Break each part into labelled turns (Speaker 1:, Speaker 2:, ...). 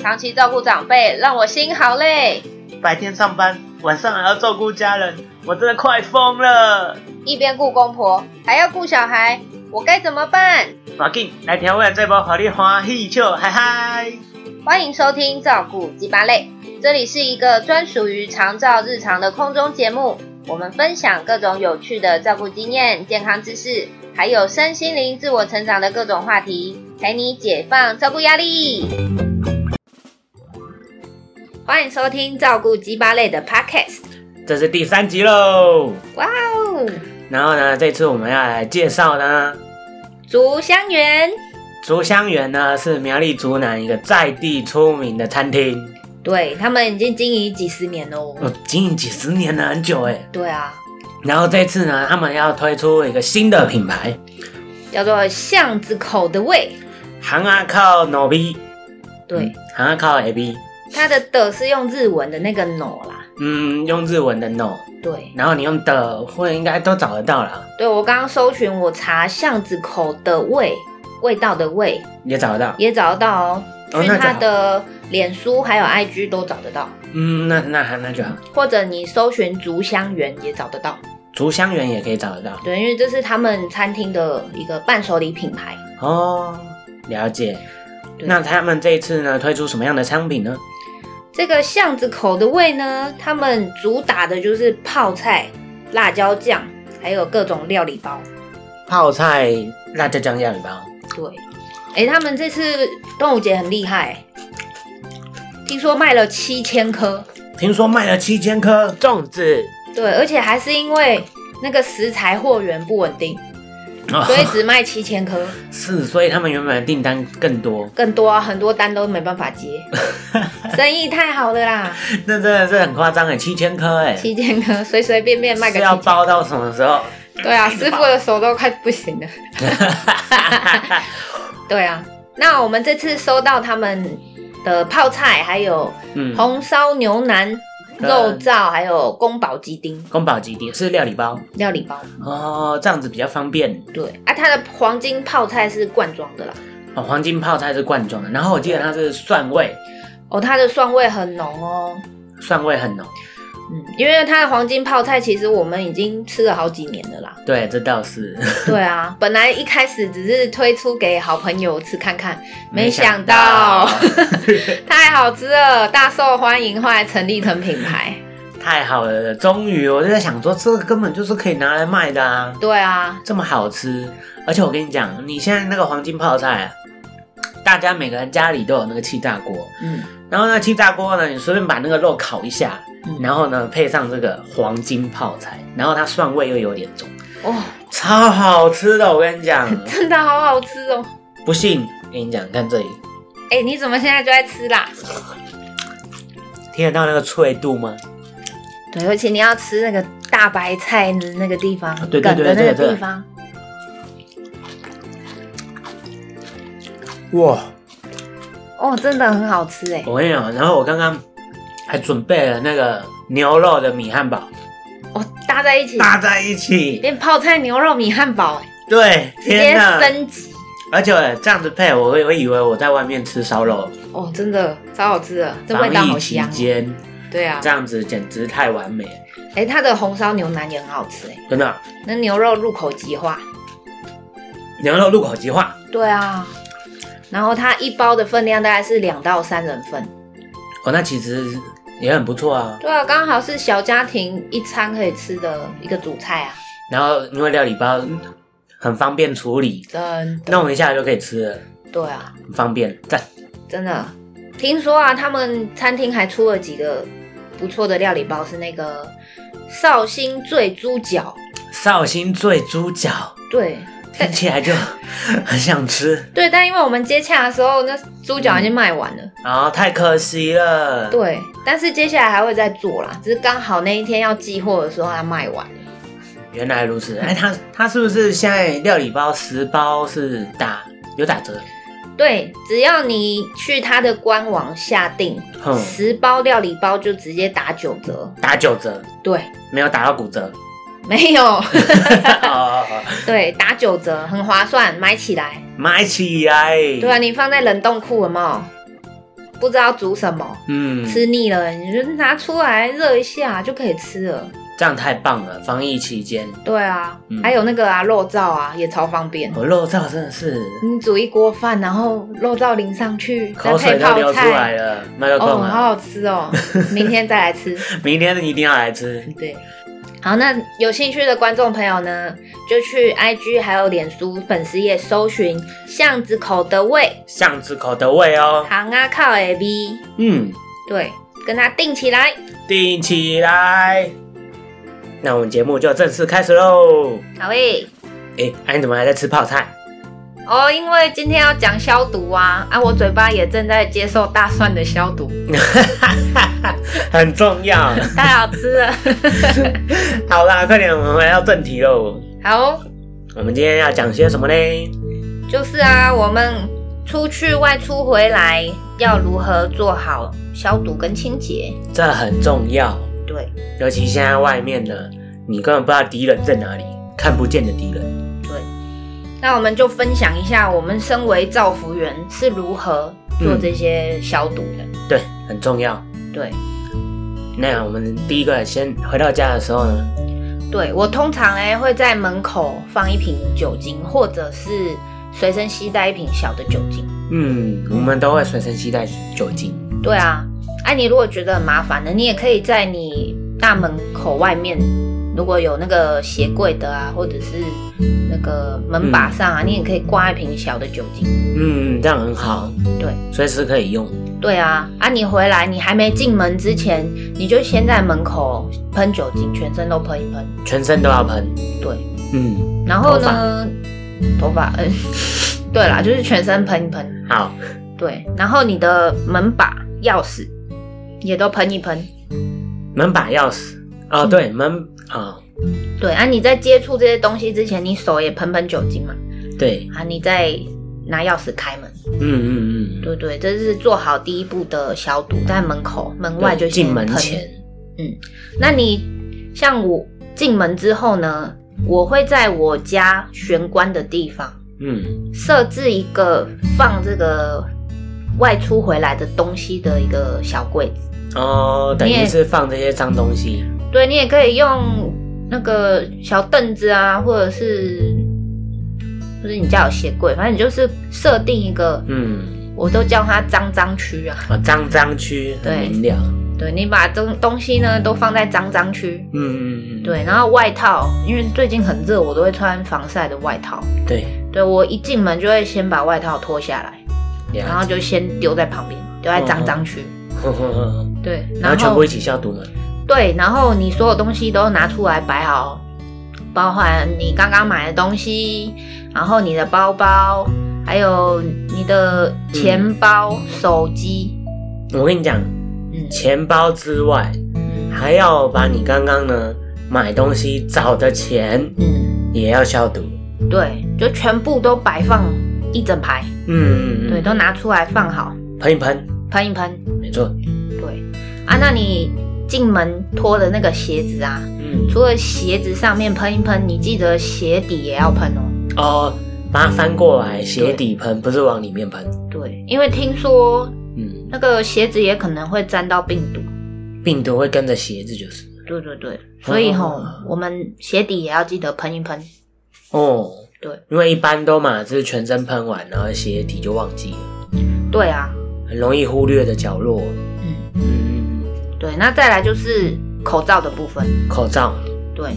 Speaker 1: 长期照顾长辈让我心好累，
Speaker 2: 白天上班，晚上还要照顾家人，我真的快疯了。
Speaker 1: 一边顾公婆还要顾小孩，我该怎么办？
Speaker 2: 马进来调味这包，好你欢喜笑，嗨嗨！
Speaker 1: 欢迎收听《照顾鸡巴类》，这里是一个专属于长照日常的空中节目，我们分享各种有趣的照顾经验、健康知识，还有身心灵自我成长的各种话题，陪你解放照顾压力。欢迎收听《照顾鸡巴类》的 Podcast，
Speaker 2: 这是第三集喽。
Speaker 1: 哇哦！
Speaker 2: 然后呢，这次我们要来介绍呢，
Speaker 1: 竹香园，
Speaker 2: 竹香园呢是苗栗竹南一个在地出名的餐厅，
Speaker 1: 对他们已经经营几十年喽。
Speaker 2: 我经营几十年了，很久哎。
Speaker 1: 对啊，
Speaker 2: 然后这次呢，他们要推出一个新的品牌，
Speaker 1: 叫做巷子口的味。
Speaker 2: 行啊靠脑逼，
Speaker 1: 对，
Speaker 2: 嗯，行啊靠 A B，
Speaker 1: 它的的是用日文的那个 no 啦。
Speaker 2: 嗯，用日文的 no，
Speaker 1: 对，
Speaker 2: 然后你用的或者应该都找得到啦，
Speaker 1: 对我刚刚搜寻，我查巷子口的味，味道的味
Speaker 2: 也找得到。
Speaker 1: 也找得到哦，
Speaker 2: 哦
Speaker 1: 去
Speaker 2: 那
Speaker 1: 它
Speaker 2: 就好
Speaker 1: 的脸书还有 IG 都找得到，
Speaker 2: 嗯，那那那就好，
Speaker 1: 或者你搜寻竹香园也找得到。
Speaker 2: 竹香园也可以找得到
Speaker 1: 对，因为这是他们餐厅的一个伴手礼品牌。
Speaker 2: 哦。了解。
Speaker 1: 对
Speaker 2: 那他们这一次呢，推出什么样的商品呢？
Speaker 1: 这个巷子口的味呢，他们主打的就是泡菜、辣椒酱，还有各种料理包。
Speaker 2: 泡菜辣椒酱料理包。
Speaker 1: 对，哎、他们这次端午节很厉害、听说卖了七千颗。
Speaker 2: 听说卖了七千颗粽子，
Speaker 1: 对，而且还是因为那个食材货源不稳 定，所以只卖七千颗，
Speaker 2: 哦是，所以他们原本的订单更多，
Speaker 1: 更多、啊、很多单都没办法 接，生意太好了啦，
Speaker 2: 那真的是很夸张哎，七千颗哎，
Speaker 1: 七千颗随随便便卖个
Speaker 2: 是要
Speaker 1: 七千，
Speaker 2: 包到什么时 候？
Speaker 1: 对啊，师傅的手都快不行了。对啊，那我们这次收到他们的泡菜，还有
Speaker 2: 嗯，
Speaker 1: 红烧牛腩、
Speaker 2: 嗯
Speaker 1: 肉燥，还有宫保鸡丁
Speaker 2: 宫保鸡丁是料理包
Speaker 1: 料理包。
Speaker 2: 哦，这样子比较方便
Speaker 1: 对啊，它的黄金泡菜是罐装的啦。
Speaker 2: 哦。黄金泡菜是罐装的，然后我记得它是蒜味，
Speaker 1: 哦，它的蒜味很浓哦。
Speaker 2: 蒜味很浓，
Speaker 1: 嗯，因为它的黄金泡菜其实我们已经吃了好几年了 啦。
Speaker 2: 对，这倒是。
Speaker 1: 对啊，本来一开始只是推出给好朋友吃看看，没想到
Speaker 2: 到
Speaker 1: 太好吃了，大受欢迎，后来成立成品牌。
Speaker 2: 太好了，终于我就在想说，这个根本就是可以拿来卖的啊，
Speaker 1: 对啊，
Speaker 2: 这么好吃。而且我跟你讲，你现在那个黄金泡菜啊，大家每个人家里都有那个气炸锅，
Speaker 1: 嗯，
Speaker 2: 然后呢，气炸锅呢，你随便把那个肉烤一下，
Speaker 1: 嗯
Speaker 2: 然后呢配上这个黄金泡菜，然后它蒜味又有点重，
Speaker 1: 哦，
Speaker 2: 超好吃的。我跟你讲，
Speaker 1: 真的好好吃哦。
Speaker 2: 不信跟你讲，看这里，
Speaker 1: 哎、你怎么现在就在吃啦？
Speaker 2: 听得到那个脆度吗？
Speaker 1: 对，而且你要吃那个大白菜的那个地方，
Speaker 2: 啊对对
Speaker 1: 梗的
Speaker 2: 对
Speaker 1: 那个
Speaker 2: 这个
Speaker 1: 地方，
Speaker 2: 哇！
Speaker 1: 哦，真的很好吃哎。
Speaker 2: 我跟你讲，然后我刚刚还准备了那个牛肉的米汉堡，
Speaker 1: 哦，搭在一起，
Speaker 2: 搭在一起，
Speaker 1: 变泡菜牛肉米汉堡哎，
Speaker 2: 对，
Speaker 1: 直接
Speaker 2: 天哪！
Speaker 1: 升级。
Speaker 2: 而且这样子配，我会我以为我在外面吃烧肉，
Speaker 1: 哦，真的超好吃的，这味
Speaker 2: 防
Speaker 1: 道
Speaker 2: 疫
Speaker 1: 好
Speaker 2: 期
Speaker 1: 香、哦。
Speaker 2: 间
Speaker 1: 对啊
Speaker 2: 这，样子简直太完美了，
Speaker 1: 哎、它的红烧牛腩也很好吃哎，
Speaker 2: 真的。
Speaker 1: 那牛肉入口即化。
Speaker 2: 牛肉入口即化，
Speaker 1: 对啊，然后它一包的分量大概是两到三人份。
Speaker 2: 哦，那其实也很不错啊。
Speaker 1: 对啊，刚好是小家庭一餐可以吃的一个主菜啊，
Speaker 2: 然后因为料理包很方便处理，
Speaker 1: 真的。
Speaker 2: 弄一下就可以吃了，
Speaker 1: 对啊，
Speaker 2: 很方便，赞。
Speaker 1: 真的。听说啊，他们餐厅还出了几个不错的料理包，是那个绍兴醉猪脚，
Speaker 2: 绍兴醉 猪脚，
Speaker 1: 对
Speaker 2: 听起来就很想吃，
Speaker 1: 对，但因为我们接洽的时候，那猪脚已经卖完了，
Speaker 2: 然后哦太可惜了。
Speaker 1: 对，但是接下来还会再做啦，只是刚好那一天要寄货的时候它卖完了，
Speaker 2: 原来如此，哎，他他是不是现在料理包十包是打有打折？
Speaker 1: 对，只要你去它的官网下定，
Speaker 2: 哼，
Speaker 1: 十包料理包就直接打九折，
Speaker 2: 打九折，
Speaker 1: 对，
Speaker 2: 没有打到骨折。
Speaker 1: 没有，
Speaker 2: 哦
Speaker 1: 对，打九折，很划算，买起来。
Speaker 2: 买起来。
Speaker 1: 对啊，你放在冷冻库有没有？不知道煮什么，
Speaker 2: 嗯，
Speaker 1: 吃腻了你就拿出来热一下就可以吃了。
Speaker 2: 这样太棒了，防疫期间，
Speaker 1: 对啊，
Speaker 2: 嗯
Speaker 1: 还有那个啊肉燥啊也超方便。
Speaker 2: 我肉燥真的是
Speaker 1: 你煮一锅饭，然后肉燥淋上去，再
Speaker 2: 口
Speaker 1: 配
Speaker 2: 水都
Speaker 1: 泡
Speaker 2: 流出来
Speaker 1: 菜，
Speaker 2: 了，麦克
Speaker 1: 哦，
Speaker 2: 风
Speaker 1: 好
Speaker 2: 啊，
Speaker 1: 好吃 哦！明天再来吃。
Speaker 2: 明天一定要来吃。
Speaker 1: 对，好，那有兴趣的观众朋友呢，就去 IG 还有脸书粉丝页搜寻“巷子口的味
Speaker 2: 巷子口的味哦，
Speaker 1: 行啊靠 A B”，
Speaker 2: 嗯，
Speaker 1: 对，跟它定起来。
Speaker 2: 订起来。那我们节目就正式开始喽。
Speaker 1: 好诶，
Speaker 2: 哎、啊你怎么还在吃泡菜？
Speaker 1: 哦，因为今天要讲消毒啊，啊，我嘴巴也正在接受大蒜的消毒，
Speaker 2: 很重要。
Speaker 1: 太好吃了。
Speaker 2: 好啦，快点，我们回到正题喽。
Speaker 1: 好，
Speaker 2: 我们今天要讲些什么呢？
Speaker 1: 就是啊，我们出去外出回来要如何做好消毒跟清洁？
Speaker 2: 这很重要，
Speaker 1: 对
Speaker 2: 尤其现在外面呢，你根本不知道敌人在哪里，看不见的敌人。
Speaker 1: 对，那我们就分享一下我们身为造福员是如何做这些消毒的。
Speaker 2: 对，很重要。
Speaker 1: 对
Speaker 2: 那我们第一个先回到家的时候呢，
Speaker 1: 对，我通常哎、会在门口放一瓶酒精，或者是随身携带一瓶小的酒精。
Speaker 2: 嗯，我们都会随身携带酒精。
Speaker 1: 对啊，哎、你如果觉得很麻烦的，你也可以在你大门口外面，如果有那个鞋柜的啊，或者是那个门把上啊，你也可以挂一瓶小的酒精。
Speaker 2: 嗯，这样很好，
Speaker 1: 对
Speaker 2: 随时可以用。
Speaker 1: 对啊，啊，你回来你还没进门之前，你就先在门口喷酒精，全身都喷一喷。
Speaker 2: 全身都要喷。
Speaker 1: 对，
Speaker 2: 嗯，
Speaker 1: 然后呢， 头发，嗯，对啦，就是全身喷一喷。
Speaker 2: 好，
Speaker 1: 对，然后你的门把、钥匙也都喷一喷。
Speaker 2: 门把钥匙
Speaker 1: 嗯
Speaker 2: 哦，对，门啊、
Speaker 1: 对啊，你在接触这些东西之前，你手也喷喷酒精嘛，
Speaker 2: 对，
Speaker 1: 啊，你再拿钥匙开门，
Speaker 2: 嗯嗯嗯，
Speaker 1: 对对，这是做好第一步的消毒，在门口、门
Speaker 2: 对
Speaker 1: 外就先
Speaker 2: 进门
Speaker 1: 喷。
Speaker 2: 前，
Speaker 1: 那你像我进门之后呢，我会在我家玄关的地方
Speaker 2: 嗯，
Speaker 1: 设置一个放这个外出回来的东西的一个小柜子。
Speaker 2: 哦，等
Speaker 1: 你也
Speaker 2: 于是放这些脏东西。
Speaker 1: 对你也可以用那个小凳子啊，或者是或者你家有鞋柜，反正你就是设定一个，
Speaker 2: 嗯，
Speaker 1: 我都叫它脏脏区啊。
Speaker 2: 啊，脏脏区很
Speaker 1: 对
Speaker 2: 明了。
Speaker 1: 对你把东东西呢都放在脏脏区。
Speaker 2: 嗯嗯嗯，
Speaker 1: 对，然后外套，因为最近很热，我都会穿防晒的外套。
Speaker 2: 对，
Speaker 1: 对我一进门就会先把外套脱下来，然
Speaker 2: 然
Speaker 1: 后
Speaker 2: 后
Speaker 1: 就先丢在旁边，丢在脏脏区。对，
Speaker 2: 然后全部一起消毒嘛。
Speaker 1: 对，然后你所有东西都拿出来摆好，包含你刚刚买的东西，然后你的包包，还有你的钱包、手机，
Speaker 2: 我跟你讲，
Speaker 1: 嗯
Speaker 2: 嗯钱包之外，
Speaker 1: 嗯
Speaker 2: 还要把你刚刚呢买东西找的钱
Speaker 1: 嗯，
Speaker 2: 也要消毒。
Speaker 1: 对，就全部都摆放一整排，
Speaker 2: 嗯，嗯嗯
Speaker 1: 对，都拿出来放好，
Speaker 2: 喷一喷，
Speaker 1: 喷一喷，
Speaker 2: 没错。
Speaker 1: 对啊，那你进门脱的那个鞋子啊，
Speaker 2: 嗯，
Speaker 1: 除了鞋子上面喷一喷，你记得鞋底也要喷哦。
Speaker 2: 哦，把它翻过来，鞋底喷，不是往里面喷。
Speaker 1: 对，因为听说
Speaker 2: 嗯，
Speaker 1: 那个鞋子也可能会沾到病毒。
Speaker 2: 病毒会跟着鞋子，就是。
Speaker 1: 对对对，所以吼，
Speaker 2: 哦
Speaker 1: 我们鞋底也要记得喷一喷。
Speaker 2: 哦，
Speaker 1: 对，
Speaker 2: 因为一般都嘛，就是全身喷完，然后鞋底就忘记了，
Speaker 1: 对啊，
Speaker 2: 很容易忽略的角落。
Speaker 1: 嗯，
Speaker 2: 嗯，嗯
Speaker 1: 对。那再来就是口罩的部分。
Speaker 2: 嗯口罩。
Speaker 1: 对，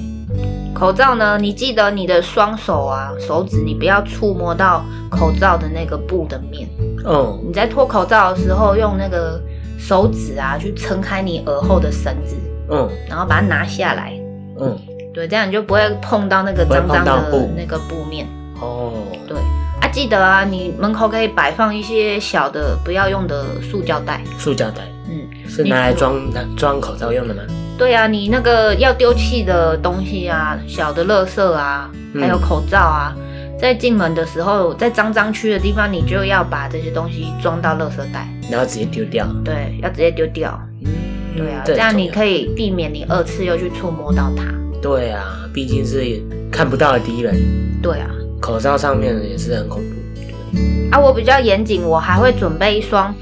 Speaker 1: 口罩呢，你记得你的双手啊、手指，你不要触摸到口罩的那个布的面。
Speaker 2: 哦，
Speaker 1: 你在脱口罩的时候，用那个手指啊去撑开你耳后的绳子，
Speaker 2: 嗯
Speaker 1: 然后把它拿下来。
Speaker 2: 嗯，
Speaker 1: 对，这样你就不会碰到那个
Speaker 2: 不会
Speaker 1: 脏
Speaker 2: 碰
Speaker 1: 脏
Speaker 2: 到
Speaker 1: 的
Speaker 2: 布
Speaker 1: 那个布面。
Speaker 2: 哦，
Speaker 1: 对啊，记得啊，你门口可以摆放一些小的不要用的塑胶袋。
Speaker 2: 塑胶袋
Speaker 1: 嗯，
Speaker 2: 是拿来装装口罩用的吗？
Speaker 1: 对啊，你那个要丢弃的东西啊，小的垃圾啊，
Speaker 2: 嗯
Speaker 1: 还有口罩啊，在进门的时候，在脏脏区的地方，你就要把这些东西装到垃圾袋，
Speaker 2: 然后直接丢掉。
Speaker 1: 对，要直接丢掉。
Speaker 2: 嗯
Speaker 1: 对啊，
Speaker 2: 这
Speaker 1: 这样你
Speaker 2: 以。
Speaker 1: 可以避免你二次又去触摸到它。
Speaker 2: 对啊，毕竟是看不到的敌人，
Speaker 1: 对啊，
Speaker 2: 口罩上面的也是很恐怖。
Speaker 1: 啊，我比较严谨，我还会准备一双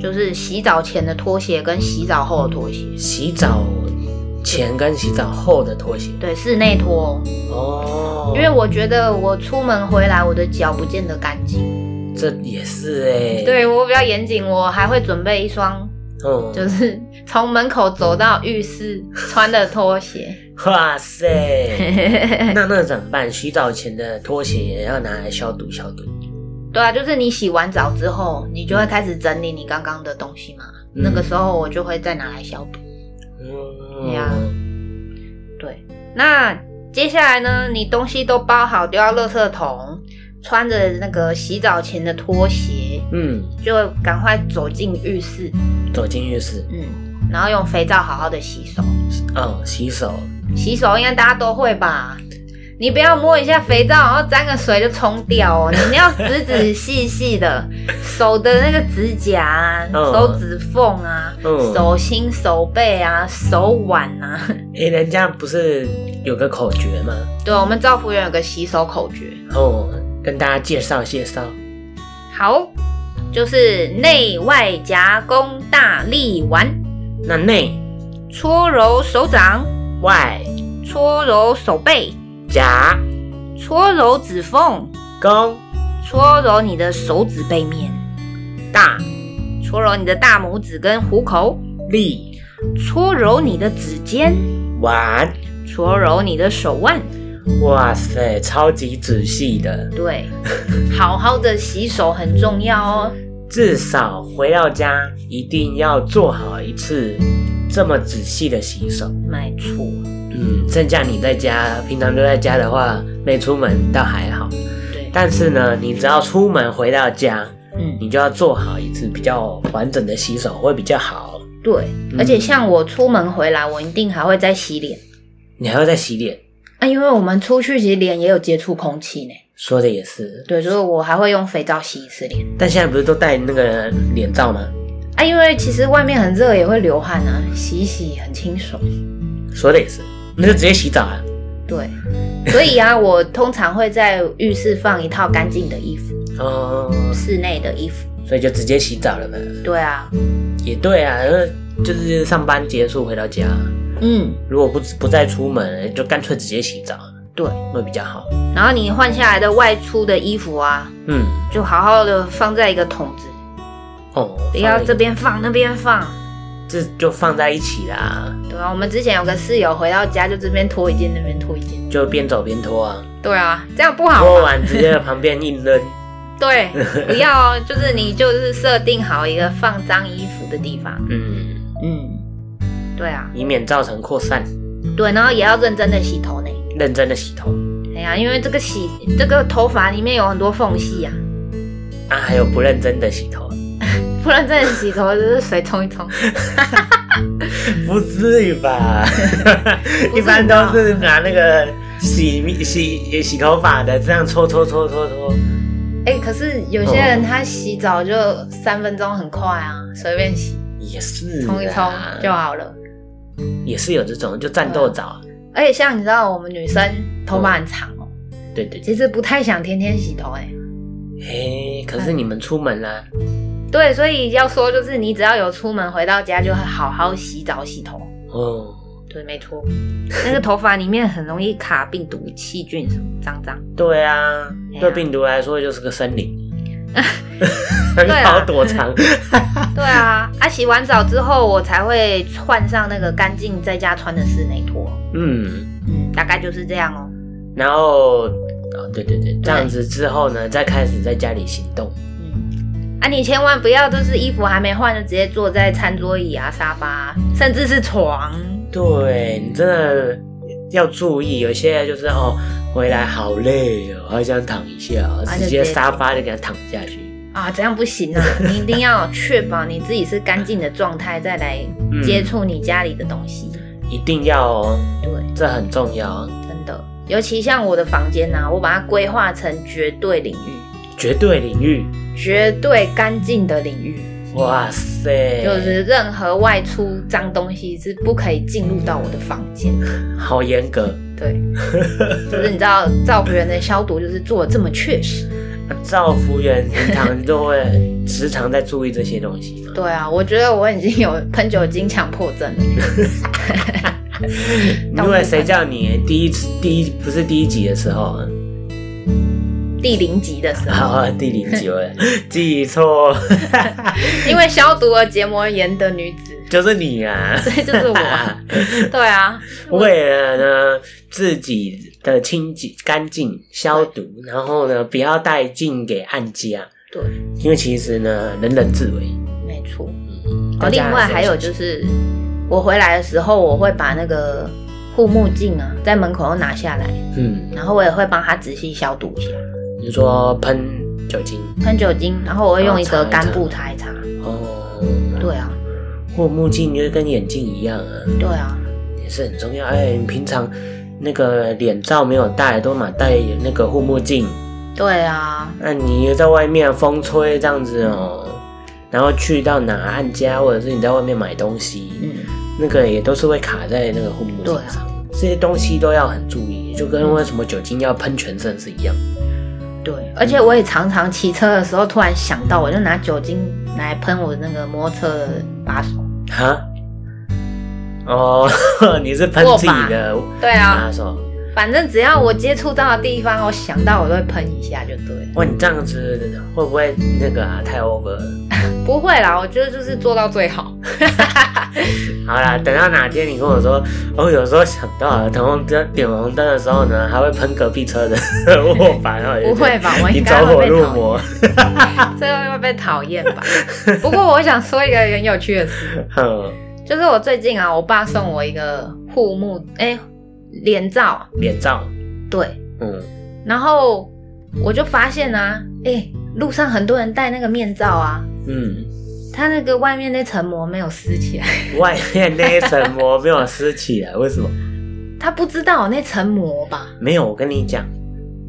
Speaker 1: 就是洗澡前的拖鞋跟洗澡后的拖鞋，
Speaker 2: 洗澡前跟洗澡后的拖鞋
Speaker 1: 对，室内拖哦，
Speaker 2: 哦，
Speaker 1: 因为我觉得我出门回来我的脚不见得干净。
Speaker 2: 这也是哎、欸，，
Speaker 1: 对我比较严谨，我还会准备一双
Speaker 2: 嗯，
Speaker 1: 就是从门口走到浴室穿的拖 鞋。
Speaker 2: 哇塞，
Speaker 1: 哎
Speaker 2: 那那怎么办？洗澡前的拖鞋也要拿来消毒消毒。
Speaker 1: 对啊，就是你洗完澡之后，你就会开始整理你刚刚的东西嘛。
Speaker 2: 嗯
Speaker 1: 那个时候我就会再拿来消毒。
Speaker 2: 嗯
Speaker 1: 呀对，那接下来呢，你东西都包好，丢到垃圾桶，穿着那个洗澡前的拖鞋，
Speaker 2: 嗯，
Speaker 1: 就赶快走进浴室，
Speaker 2: 走进浴室，
Speaker 1: 嗯，然后用肥皂好好的洗手。
Speaker 2: 哦，洗手，
Speaker 1: 洗手应该大家都会吧？你不要摸一下肥皂，然后沾个水就冲掉哦。你要仔仔细细 的，手的那个指甲啊、
Speaker 2: 嗯
Speaker 1: 手指缝啊、
Speaker 2: 嗯
Speaker 1: 手心、手背啊、手腕啊。
Speaker 2: 诶、人家不是有个口诀吗？
Speaker 1: 对，我们造福员有个洗手口诀，
Speaker 2: 哦，跟大家介绍介绍。
Speaker 1: 好，就是内外夹攻大力丸，
Speaker 2: 那内
Speaker 1: 搓揉手掌，
Speaker 2: 外
Speaker 1: 搓揉手背，
Speaker 2: 夹
Speaker 1: 搓揉指缝，
Speaker 2: 弓
Speaker 1: 搓揉你的手指背面。
Speaker 2: 大
Speaker 1: 搓揉你的大拇指跟虎口，
Speaker 2: 力
Speaker 1: 搓揉你的指尖，
Speaker 2: 丸，
Speaker 1: 搓揉你的手腕。
Speaker 2: 哇塞，超级仔细的。
Speaker 1: 对，好好的洗手很重要哦。
Speaker 2: 至少回到家一定要做好一次这么仔细的洗手。
Speaker 1: 没错，
Speaker 2: 嗯，剩下你在家，平常都在家的话，没出门倒还好。
Speaker 1: 对，
Speaker 2: 但是呢，你只要出门回到家，
Speaker 1: 嗯，
Speaker 2: 你就要做好一次比较完整的洗手，会比较好。
Speaker 1: 对。而且像我出门回来，我一定还会再洗脸
Speaker 2: 你还要再洗脸，
Speaker 1: 啊，因为我们出去其实脸也有接触空气呢。
Speaker 2: 说的也是。
Speaker 1: 对，所以我还会用肥皂洗一次脸
Speaker 2: 但现在不是都戴那个脸罩吗？
Speaker 1: 啊，因为其实外面很热，也会流汗啊，洗一洗很清爽。
Speaker 2: 说的也是，那就直接洗澡啊。
Speaker 1: 对，所以啊，我通常会在浴室放一套干净的衣服，
Speaker 2: 哦，
Speaker 1: 室内的衣服。
Speaker 2: 所以就直接洗澡了嘛。
Speaker 1: 对啊，
Speaker 2: 也对啊，就是上班结束回到家，
Speaker 1: 嗯，
Speaker 2: 如果不不再出门，就干脆直接洗澡，
Speaker 1: 对。
Speaker 2: 会比较好。
Speaker 1: 然后你换下来的外出的衣服啊，
Speaker 2: 嗯，
Speaker 1: 就好好的放在一个桶子，
Speaker 2: 哦，
Speaker 1: 不要这
Speaker 2: 这
Speaker 1: 边放那边放。
Speaker 2: 这就放在一起啦，
Speaker 1: 对啊，我们之前有个室友回到家就这边脱一件，那边脱一件。
Speaker 2: 就边走边脱啊，
Speaker 1: 对啊，这样不好
Speaker 2: 脱
Speaker 1: 吗？
Speaker 2: 完直接在旁边 硬扔。
Speaker 1: 对，不要哦，就是你就是设定好一个放脏衣服的地方。
Speaker 2: 嗯，
Speaker 1: 嗯，对啊，
Speaker 2: 以免造成扩散，
Speaker 1: 对，然后也要认真的洗头呢。
Speaker 2: 认真的洗头
Speaker 1: 哎呀，因为这个洗这个头发里面有很多缝隙呀、
Speaker 2: 啊，还有不认真的洗头，
Speaker 1: 啊，不然真的洗头就是水冲一冲。嗯
Speaker 2: 不至于吧？
Speaker 1: 不
Speaker 2: 一
Speaker 1: 是
Speaker 2: 般都是拿那个洗洗洗头发的，这样搓搓搓搓搓。
Speaker 1: 哎、可是有些人他洗澡就三分钟很快啊，随便洗
Speaker 2: 也是啊啦，
Speaker 1: 冲一冲就好嗯了。
Speaker 2: 也是有这种，就战斗澡，
Speaker 1: 而且像你知道，我们女生头发很长哦、
Speaker 2: 对对对。
Speaker 1: 其实不太想天天洗头哎、
Speaker 2: 哎，可是你们出门啦、
Speaker 1: 对，所以要说就是你只要有出门回到家，就好好洗澡洗头。
Speaker 2: 哦，
Speaker 1: 对，没错，那个头发里面很容易卡病毒、细菌什么脏脏。
Speaker 2: 对啊，
Speaker 1: 对啊
Speaker 2: 对病毒来说就是个森 林，很
Speaker 1: 对
Speaker 2: 好
Speaker 1: 啊
Speaker 2: 躲藏。
Speaker 1: 对啊，啊，洗完澡之后我才会换上那个干净在家穿的室内拖。
Speaker 2: 嗯，
Speaker 1: 嗯，大概就是这样哦、
Speaker 2: 然后哦，对对对，这样子之后呢，再开始在家里行动。
Speaker 1: 嗯，啊，你千万不要就是衣服还没换就直接坐在餐桌椅啊、沙发啊、甚至是床。
Speaker 2: 对你真的要注意，有些人就是哦，回来好累哦，好想躺一下哦，
Speaker 1: 啊就
Speaker 2: 直
Speaker 1: 直
Speaker 2: 接
Speaker 1: 接
Speaker 2: 沙发就给他躺下去。
Speaker 1: 啊，这样不行啊！你一定要确保你自己是干净的状态，再来
Speaker 2: 嗯
Speaker 1: 接触你家里的东西。
Speaker 2: 一定要哦，
Speaker 1: 对，
Speaker 2: 这很重要哦，
Speaker 1: 真的，尤其像我的房间呐、啊，我把它规划成绝对领域，
Speaker 2: 绝对领域。
Speaker 1: 绝对干净的领域，
Speaker 2: 哇塞，
Speaker 1: 就是任何外出脏东西是不可以进入到我的房间。
Speaker 2: 好严格。
Speaker 1: 对，就是你知道照顾员的消毒就是做的这么确实。
Speaker 2: 那照服员平常都会时常在注意这些 东西吗？
Speaker 1: 对啊，我觉得我已经有喷酒精强迫症了。
Speaker 2: 因为谁叫你第一次第一不是第一集的时候，
Speaker 1: 第零级的时候，
Speaker 2: 啊第零 集了，记错，
Speaker 1: 因为消毒了结膜炎的女 子，
Speaker 2: 就是 你啊！
Speaker 1: 所以就是我 啊。对啊，
Speaker 2: 为了呢自己的清洁、干净、消毒，然后呢不要带进给暗家，
Speaker 1: 对，
Speaker 2: 因为其实呢人人自危。
Speaker 1: 没错。
Speaker 2: 嗯
Speaker 1: 哦，另外还有就是，我回来的时候，我会把那个护目镜啊，在门口又拿下来，
Speaker 2: 嗯，
Speaker 1: 然后我也会帮他仔细消毒一下，
Speaker 2: 你说喷酒精
Speaker 1: 喷酒精，然后我会用一
Speaker 2: 哦
Speaker 1: 个
Speaker 2: 擦一擦
Speaker 1: 干布擦一擦。
Speaker 2: 哦，
Speaker 1: 对啊，
Speaker 2: 护目镜就跟眼镜一样啊，
Speaker 1: 对啊，
Speaker 2: 也是很重要。哎、你平常那个脸罩没有戴，都嘛戴那个护目镜。
Speaker 1: 对啊，
Speaker 2: 那你在外面风吹这样子哦，然后去到哪按家，或者是你在外面买东西，
Speaker 1: 嗯，
Speaker 2: 那个也都是会卡在那个护目镜
Speaker 1: 对啊
Speaker 2: 上。这些东西都要很注意，就跟为什么酒精要喷全身是一样。
Speaker 1: 对，而且我也常常骑车的时候，突然想到，我就拿酒精来喷我那个摩托车的把手。
Speaker 2: 哈？哦， 你是喷自己的
Speaker 1: 对啊，
Speaker 2: 把手？
Speaker 1: 反正只要我接触到的地方，我想到我都会喷一下就对了。
Speaker 2: 哇，你这样子会不会那个啊？太 over 了。
Speaker 1: 不会啦，我觉得就是做到最好。
Speaker 2: 好啦，等到哪天你跟我说，哦，有时候想到等红灯点红灯的时候呢，还会喷隔壁车的 握把，然后
Speaker 1: 不会 吧我
Speaker 2: 你
Speaker 1: 应
Speaker 2: 走
Speaker 1: 该
Speaker 2: 火
Speaker 1: 会被讨厌
Speaker 2: 入魔。
Speaker 1: 这个会被讨厌吧？ 不过我想说一个很有趣的事，
Speaker 2: 哼，
Speaker 1: 就是我最近啊，我爸送我一个护目哎、脸罩，
Speaker 2: 脸罩，
Speaker 1: 对，
Speaker 2: 嗯，
Speaker 1: 然后我就发现啊，哎、路上很多人戴那个面罩啊，
Speaker 2: 嗯，
Speaker 1: 它那个外面那层膜没有撕起来，
Speaker 2: 外面那一层膜没有撕起来，为什么？
Speaker 1: 他不知道有那层膜吧？
Speaker 2: 没有，我跟你讲，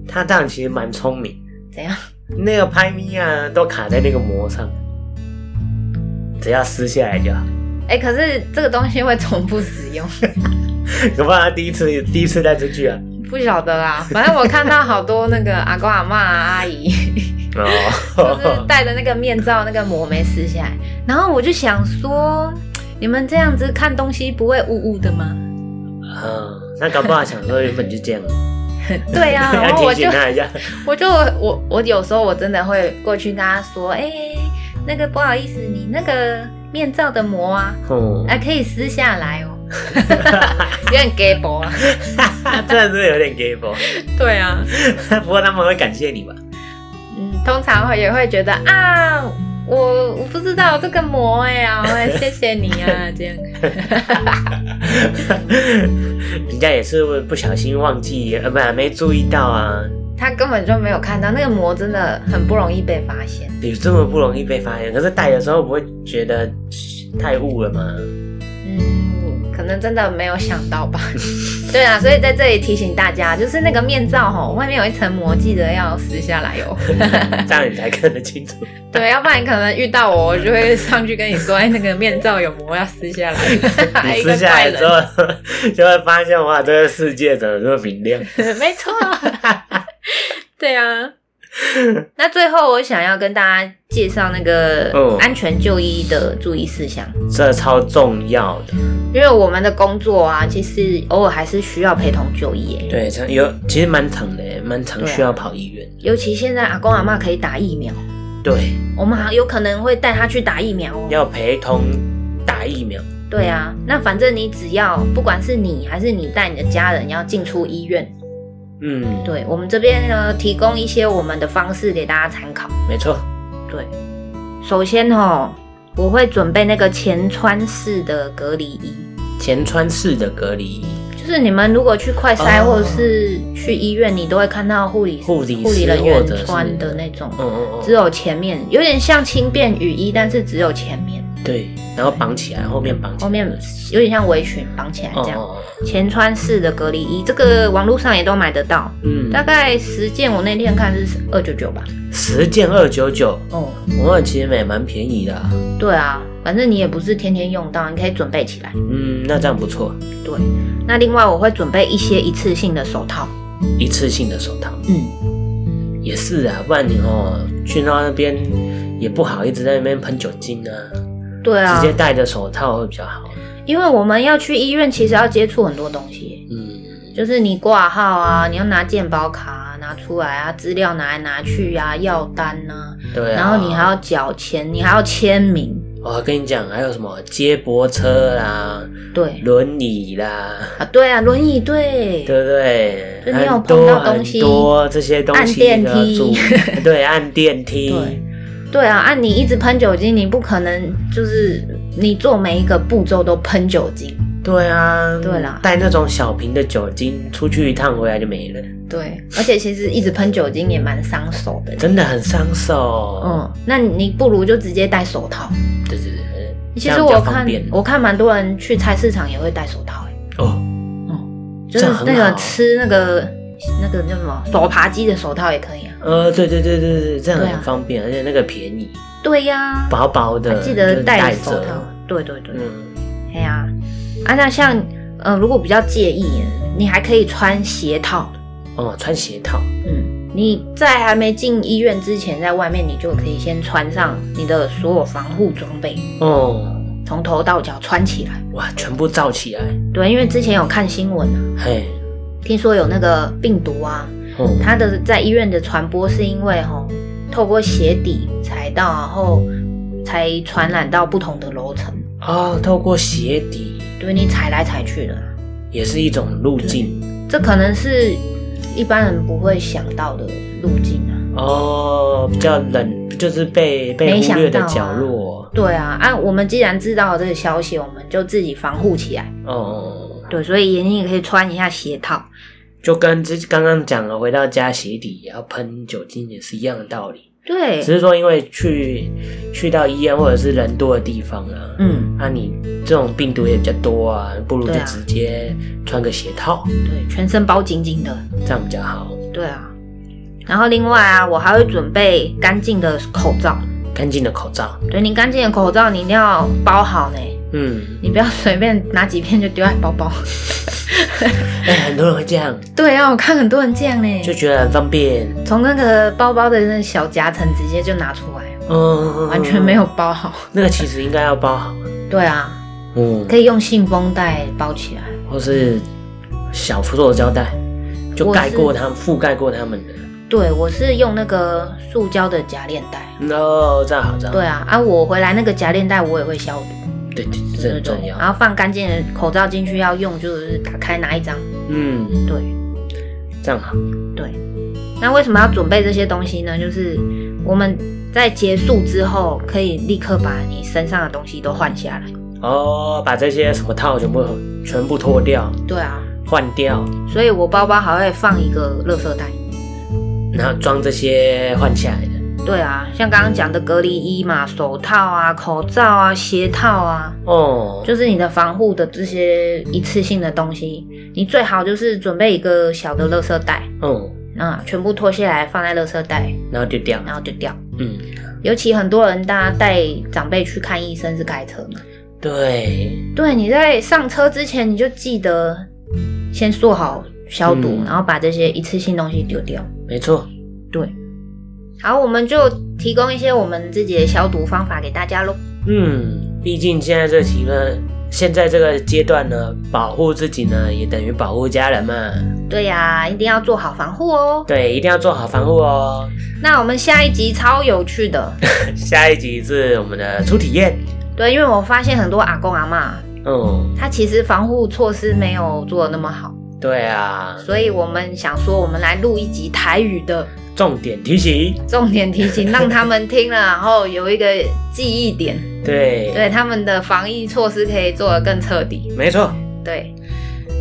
Speaker 2: 他这样其实蛮聪明。
Speaker 1: 怎样？
Speaker 2: 那个拍咪啊，都卡在那个膜上，只要撕下来就好。
Speaker 1: 哎、可是这个东西会重复使用，
Speaker 2: 可不然他第一次第一次带出去啊。
Speaker 1: 不晓得啦。反正我看到好多那个阿公阿妈、阿姨， 就是
Speaker 2: 哦，
Speaker 1: 戴的那个面罩那个膜没撕下来，然后我就想说，你们这样子看东西不会雾雾的 吗？
Speaker 2: 嗯，那搞不好想说原本就这样，
Speaker 1: 对呀、然
Speaker 2: 要
Speaker 1: 后我
Speaker 2: 提
Speaker 1: 就
Speaker 2: 醒他 一下。
Speaker 1: 我就我我有时候我真的会过去跟他说，哎、那个不好意思，你那个面罩的膜啊，
Speaker 2: 哦，
Speaker 1: 啊可以撕下来哦， 有点 gay 薄啊。
Speaker 2: 真的是有点 gay 不？
Speaker 1: 对啊，
Speaker 2: 不过他们会感谢你吧？
Speaker 1: 嗯，通常也会觉得啊，我我不知道这个膜哎、呀，哎谢谢你啊，这样。
Speaker 2: 人家也是不小心忘记，呃，不，没注意到啊。
Speaker 1: 他根本就没有看到那个膜，真的很不容易被发现。
Speaker 2: 你这么不容易被发现，可是戴的时候不会觉得太雾了 吗？
Speaker 1: 嗯，可能真的没有想到吧。 对啊，所以在这里提醒大家，就是那个面罩吼，外面有一层膜，记得要撕下来哦。
Speaker 2: 这样你才看得清楚。
Speaker 1: 对，要不然可能遇到我，我就会上去跟你说，哎，那个面罩有膜，要撕下来。
Speaker 2: 你撕下来之后， 就会发现哇，这个世界怎么这么明亮？
Speaker 1: 后， 没错，对啊。那最后，我想要跟大家介绍那个
Speaker 2: 嗯
Speaker 1: 安全就医的注意事项。
Speaker 2: 这超重要的。
Speaker 1: 因为我们的工作啊，其实偶尔还是需要陪同就医耶，
Speaker 2: 对，常有其实蛮长的耶，蛮长
Speaker 1: 对啊
Speaker 2: 需要跑医院。
Speaker 1: 尤其现在阿公阿妈可以打疫苗，
Speaker 2: 对，
Speaker 1: 我们还有可能会带他去打疫苗哦。
Speaker 2: 要陪同打疫苗。
Speaker 1: 对啊，那反正你只要不管是你还是你带你的家人要进出医院，
Speaker 2: 嗯，
Speaker 1: 对我们这边呢提供一些我们的方式给大家参考。
Speaker 2: 没错。
Speaker 1: 对，首先哦，我会准备那个前穿式的隔离衣，
Speaker 2: 前川式的隔离
Speaker 1: 就是你们如果去快筛
Speaker 2: 哦
Speaker 1: 或者是去医院，你都会看到护理
Speaker 2: 护理师
Speaker 1: 护理人
Speaker 2: 或
Speaker 1: 员
Speaker 2: 者是
Speaker 1: 穿的那种。
Speaker 2: 嗯嗯
Speaker 1: 只有前面，有点像轻便雨衣，但是只有前面。
Speaker 2: 对，然后绑起来，后面绑起来，嗯
Speaker 1: 后面有点像围裙绑起来
Speaker 2: 哦
Speaker 1: 这样。
Speaker 2: 哦，哦
Speaker 1: 前穿式的隔离衣，这个网络上也都买得到，
Speaker 2: 嗯，
Speaker 1: 大概十件，我那天看是二九九吧。
Speaker 2: 十件二九九，
Speaker 1: 哦，
Speaker 2: 我看其实也蛮便宜的啊、
Speaker 1: 对啊，反正你也不是天天用到，你可以准备起来。
Speaker 2: 嗯，那这样不错，
Speaker 1: 对，那另外我会准备一些一次性的手套。
Speaker 2: 一次性的手套
Speaker 1: 嗯，
Speaker 2: 也是啊，不然你哦去到那边也不好一直在那边喷酒精啊，
Speaker 1: 对啊
Speaker 2: 直，接戴着手套会比较好。
Speaker 1: 因为我们要去医院，其实要接触很多东西，
Speaker 2: 嗯，
Speaker 1: 就是你挂号啊，你要拿健保卡、啊、拿出来啊，资料拿来拿去啊，药单啊，
Speaker 2: 对啊。
Speaker 1: 然后你还要缴钱，你还要签名。
Speaker 2: 我跟你讲，还有什么接驳车啦、
Speaker 1: 对
Speaker 2: 轮椅啦，
Speaker 1: 啊，对啊，轮椅对，
Speaker 2: 对不对？
Speaker 1: 就
Speaker 2: 很
Speaker 1: 你有碰
Speaker 2: 多
Speaker 1: 到东西
Speaker 2: 很多这些东西
Speaker 1: 按电
Speaker 2: 都要
Speaker 1: 梯
Speaker 2: 注 意对，按电梯，
Speaker 1: 对对啊，按、你一直喷酒精，你不可能就是你做每一个步骤都喷酒精。
Speaker 2: 对啊，
Speaker 1: 对啦
Speaker 2: 带那种小瓶的酒精出去一趟，回来就没了，
Speaker 1: 对，而且其实一直喷酒精也蛮伤手的。
Speaker 2: 真的很伤手。，
Speaker 1: 嗯，那你不如就直接戴手套。
Speaker 2: 对对对，
Speaker 1: 其
Speaker 2: 这样
Speaker 1: 实
Speaker 2: 比较
Speaker 1: 我
Speaker 2: 方
Speaker 1: 看
Speaker 2: 便
Speaker 1: 我看蛮多人去菜市场也会戴手套、欸，
Speaker 2: 哦，
Speaker 1: 就
Speaker 2: 这
Speaker 1: 是
Speaker 2: 样很
Speaker 1: 那个
Speaker 2: 好啊
Speaker 1: 吃那个那个叫什么手扒鸡的手套也可以啊。
Speaker 2: 呃，对对对对对，这样
Speaker 1: 对啊
Speaker 2: 很方便，而且那个便宜，
Speaker 1: 对呀、
Speaker 2: 薄薄的，
Speaker 1: 还记
Speaker 2: 就
Speaker 1: 得戴
Speaker 2: 戴
Speaker 1: 手
Speaker 2: 着
Speaker 1: 套。对对对，
Speaker 2: 嗯，
Speaker 1: 哎呀、啊，那像呃，如果比较介意，你还可以穿鞋套。
Speaker 2: 哦，穿鞋套，
Speaker 1: 嗯，你在还没进医院之前，在外面你就可以先穿上你的所有防护装备，
Speaker 2: 哦，
Speaker 1: 从头到脚穿起来。
Speaker 2: 哇，全部罩起来，
Speaker 1: 对，啊因为之前有看新闻啊，
Speaker 2: 嘿，
Speaker 1: 听说有那个病毒啊，
Speaker 2: 哦，
Speaker 1: 它的在医院的传播是因为吼、透过鞋底踩到，然后才传染到不同的楼层。
Speaker 2: 哦，透过鞋底
Speaker 1: 对你踩来踩去的啊，
Speaker 2: 也是一种路径
Speaker 1: 这可能是一般人不会想到的路径啊。
Speaker 2: 哦，比较冷，就是被被
Speaker 1: 没
Speaker 2: 忽
Speaker 1: 想
Speaker 2: 略的
Speaker 1: 到啊
Speaker 2: 角落，
Speaker 1: 对啊，啊，我们既然知道了这个消息，我们就自己防护起来。
Speaker 2: 哦，
Speaker 1: 对，所以你也可以穿一下鞋套。
Speaker 2: 就跟之刚刚讲了，回到家鞋底也要喷酒精，也是一样的道理，
Speaker 1: 对
Speaker 2: 只，是说因为去去到医院或者是人多的地方啊，
Speaker 1: 嗯，
Speaker 2: 那、你这种病毒也比较多啊，不如就
Speaker 1: 对啊
Speaker 2: 直接穿个鞋套，
Speaker 1: 对，全身包紧紧的。
Speaker 2: 这样比较好。
Speaker 1: 对啊，然后另外啊，我还会准备干净的口罩。
Speaker 2: 干净的口罩，
Speaker 1: 对你干净的口罩，你一定要包好呢，
Speaker 2: 嗯，
Speaker 1: 你不要随便拿几片就丢在包包。
Speaker 2: 哎、很多人会这样，
Speaker 1: 对啊，我看很多人这样呢，
Speaker 2: 就觉得很方便，
Speaker 1: 从那个包包的那小夹层直接就拿出来，
Speaker 2: 嗯，
Speaker 1: 完全没有包好。
Speaker 2: 那个，其实应该要包好，
Speaker 1: 对啊，
Speaker 2: 嗯，
Speaker 1: 可以用信封袋包起来。
Speaker 2: 或是小塑胶袋，就
Speaker 1: 我是
Speaker 2: 盖过它，覆盖过它们的，
Speaker 1: 对，我是用那个塑胶的夹链袋。
Speaker 2: 然后哦这样好，这样好
Speaker 1: 对啊，啊，我回来那个夹链袋我也会消毒。
Speaker 2: 对对对，这很重要，
Speaker 1: 然后放干净的口罩进去要用，就是打开拿一张。
Speaker 2: 嗯，
Speaker 1: 对
Speaker 2: 这样好，
Speaker 1: 对。那为什么要准备这些东西呢？就是我们在结束之后，可以立刻把你身上的东西都换下来。
Speaker 2: 哦，把这些什么套全部全部脱掉，
Speaker 1: 对啊，
Speaker 2: 换掉，
Speaker 1: 所以我包包还会放一个垃圾袋。
Speaker 2: 然后装这些换下来的，
Speaker 1: 对啊，像刚刚讲的隔离衣嘛、手套啊、口罩啊、鞋套啊，
Speaker 2: 哦，
Speaker 1: 就是你的防护的这些一次性的东西，你最好就是准备一个小的垃圾袋，
Speaker 2: 嗯，
Speaker 1: 那全部脱下来放在垃圾袋，
Speaker 2: 然后丢掉，
Speaker 1: 然后丢掉。
Speaker 2: 嗯，
Speaker 1: 尤其很多人大家带长辈去看医生是开车嘛，
Speaker 2: 对，
Speaker 1: 对，你在上车之前你就记得先做好消毒，
Speaker 2: 嗯
Speaker 1: 然后把这些一次性东西丢掉。
Speaker 2: 没错，
Speaker 1: 对，好，我们就提供一些我们自己的消毒方法给大家喽。
Speaker 2: 嗯，毕竟现在这期呢，现在这个阶段呢，保护自己呢，也等于保护家人嘛。
Speaker 1: 对呀、一定要做好防护哦。
Speaker 2: 对，一定要做好防护哦。
Speaker 1: 那我们下一集超有趣的，
Speaker 2: 下一集是我们的初体验，
Speaker 1: 对，因为我发现很多阿公阿妈
Speaker 2: 嗯，
Speaker 1: 他其实防护措施没有做的那么好，
Speaker 2: 对啊，
Speaker 1: 所以我们想说，我们来录一集台语的。
Speaker 2: 重点提醒，
Speaker 1: 重点提醒，让他们听了，然后有一个记忆点，
Speaker 2: 对，
Speaker 1: 对他们的防疫措施可以做得更彻底。
Speaker 2: 没错，
Speaker 1: 对，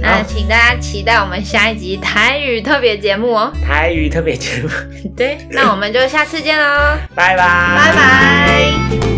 Speaker 1: 那
Speaker 2: 好
Speaker 1: 请大家期待我们下一集台语特别节目哦。
Speaker 2: 台语特别节目，
Speaker 1: 对，那我们就下次见喽，
Speaker 2: 拜拜，
Speaker 1: 拜
Speaker 2: 拜
Speaker 1: 拜。